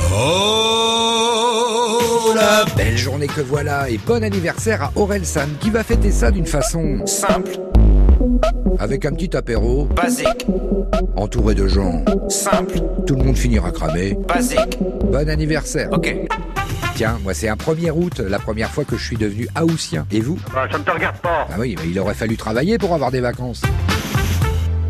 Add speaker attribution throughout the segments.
Speaker 1: Oh,
Speaker 2: Club. Belle journée que voilà et bon anniversaire à Aurel San qui va fêter ça d'une façon
Speaker 1: Simple,
Speaker 2: avec un petit apéro
Speaker 1: basique,
Speaker 2: entouré de gens.
Speaker 1: simple,
Speaker 2: Tout le monde finira cramé.
Speaker 1: basique.
Speaker 2: Bon anniversaire.
Speaker 1: Ok.
Speaker 2: Tiens, moi c'est un 1er août, la première fois que je suis devenu haussien. Et vous
Speaker 3: Bah, ça ne te regarde pas.
Speaker 2: Ah oui, mais il aurait fallu travailler pour avoir des vacances.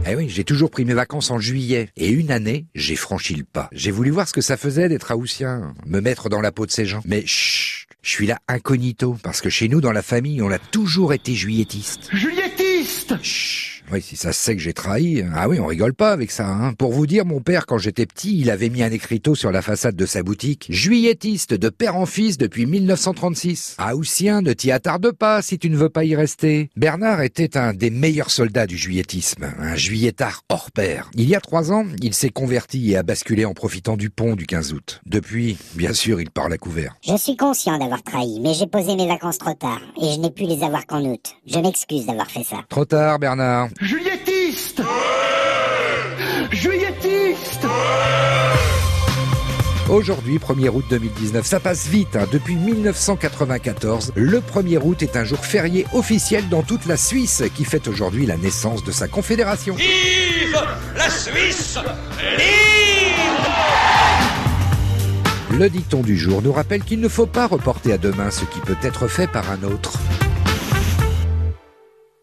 Speaker 2: Eh oui, j'ai toujours pris mes vacances en juillet. Et une année, j'ai franchi le pas. J'ai voulu voir ce que ça faisait d'être haussien, me mettre dans la peau de ces gens. Mais chut, je suis là incognito, parce que chez nous, dans la famille, on a toujours été juilletiste.
Speaker 3: Juliettiste
Speaker 2: Chut. Oui, si ça se sait que j'ai trahi. Ah oui, on rigole pas avec ça. Hein. Pour vous dire, mon père, quand j'étais petit, il avait mis un écriteau sur la façade de sa boutique. Juilletiste de père en fils depuis 1936. Haussien, ne t'y attarde pas si tu ne veux pas y rester. Bernard était un des meilleurs soldats du juilletisme, un juilletard hors pair. Il y a trois ans, il s'est converti et a basculé en profitant du pont du 15 août. Depuis, bien sûr, il parle à couvert.
Speaker 4: Je suis conscient d'avoir trahi, mais j'ai posé mes vacances trop tard, et je n'ai pu les avoir qu'en août. Je m'excuse d'avoir fait ça.
Speaker 2: Trop tard, Bernard.
Speaker 3: Juliettiste Juliettiste
Speaker 2: Aujourd'hui, 1er août 2019, ça passe vite. hein. Depuis 1994, le 1er août est un jour férié officiel dans toute la Suisse qui fête aujourd'hui la naissance de sa confédération.
Speaker 1: Vive la Suisse Vive
Speaker 2: Le dicton du jour nous rappelle qu'il ne faut pas reporter à demain ce qui peut être fait par un autre.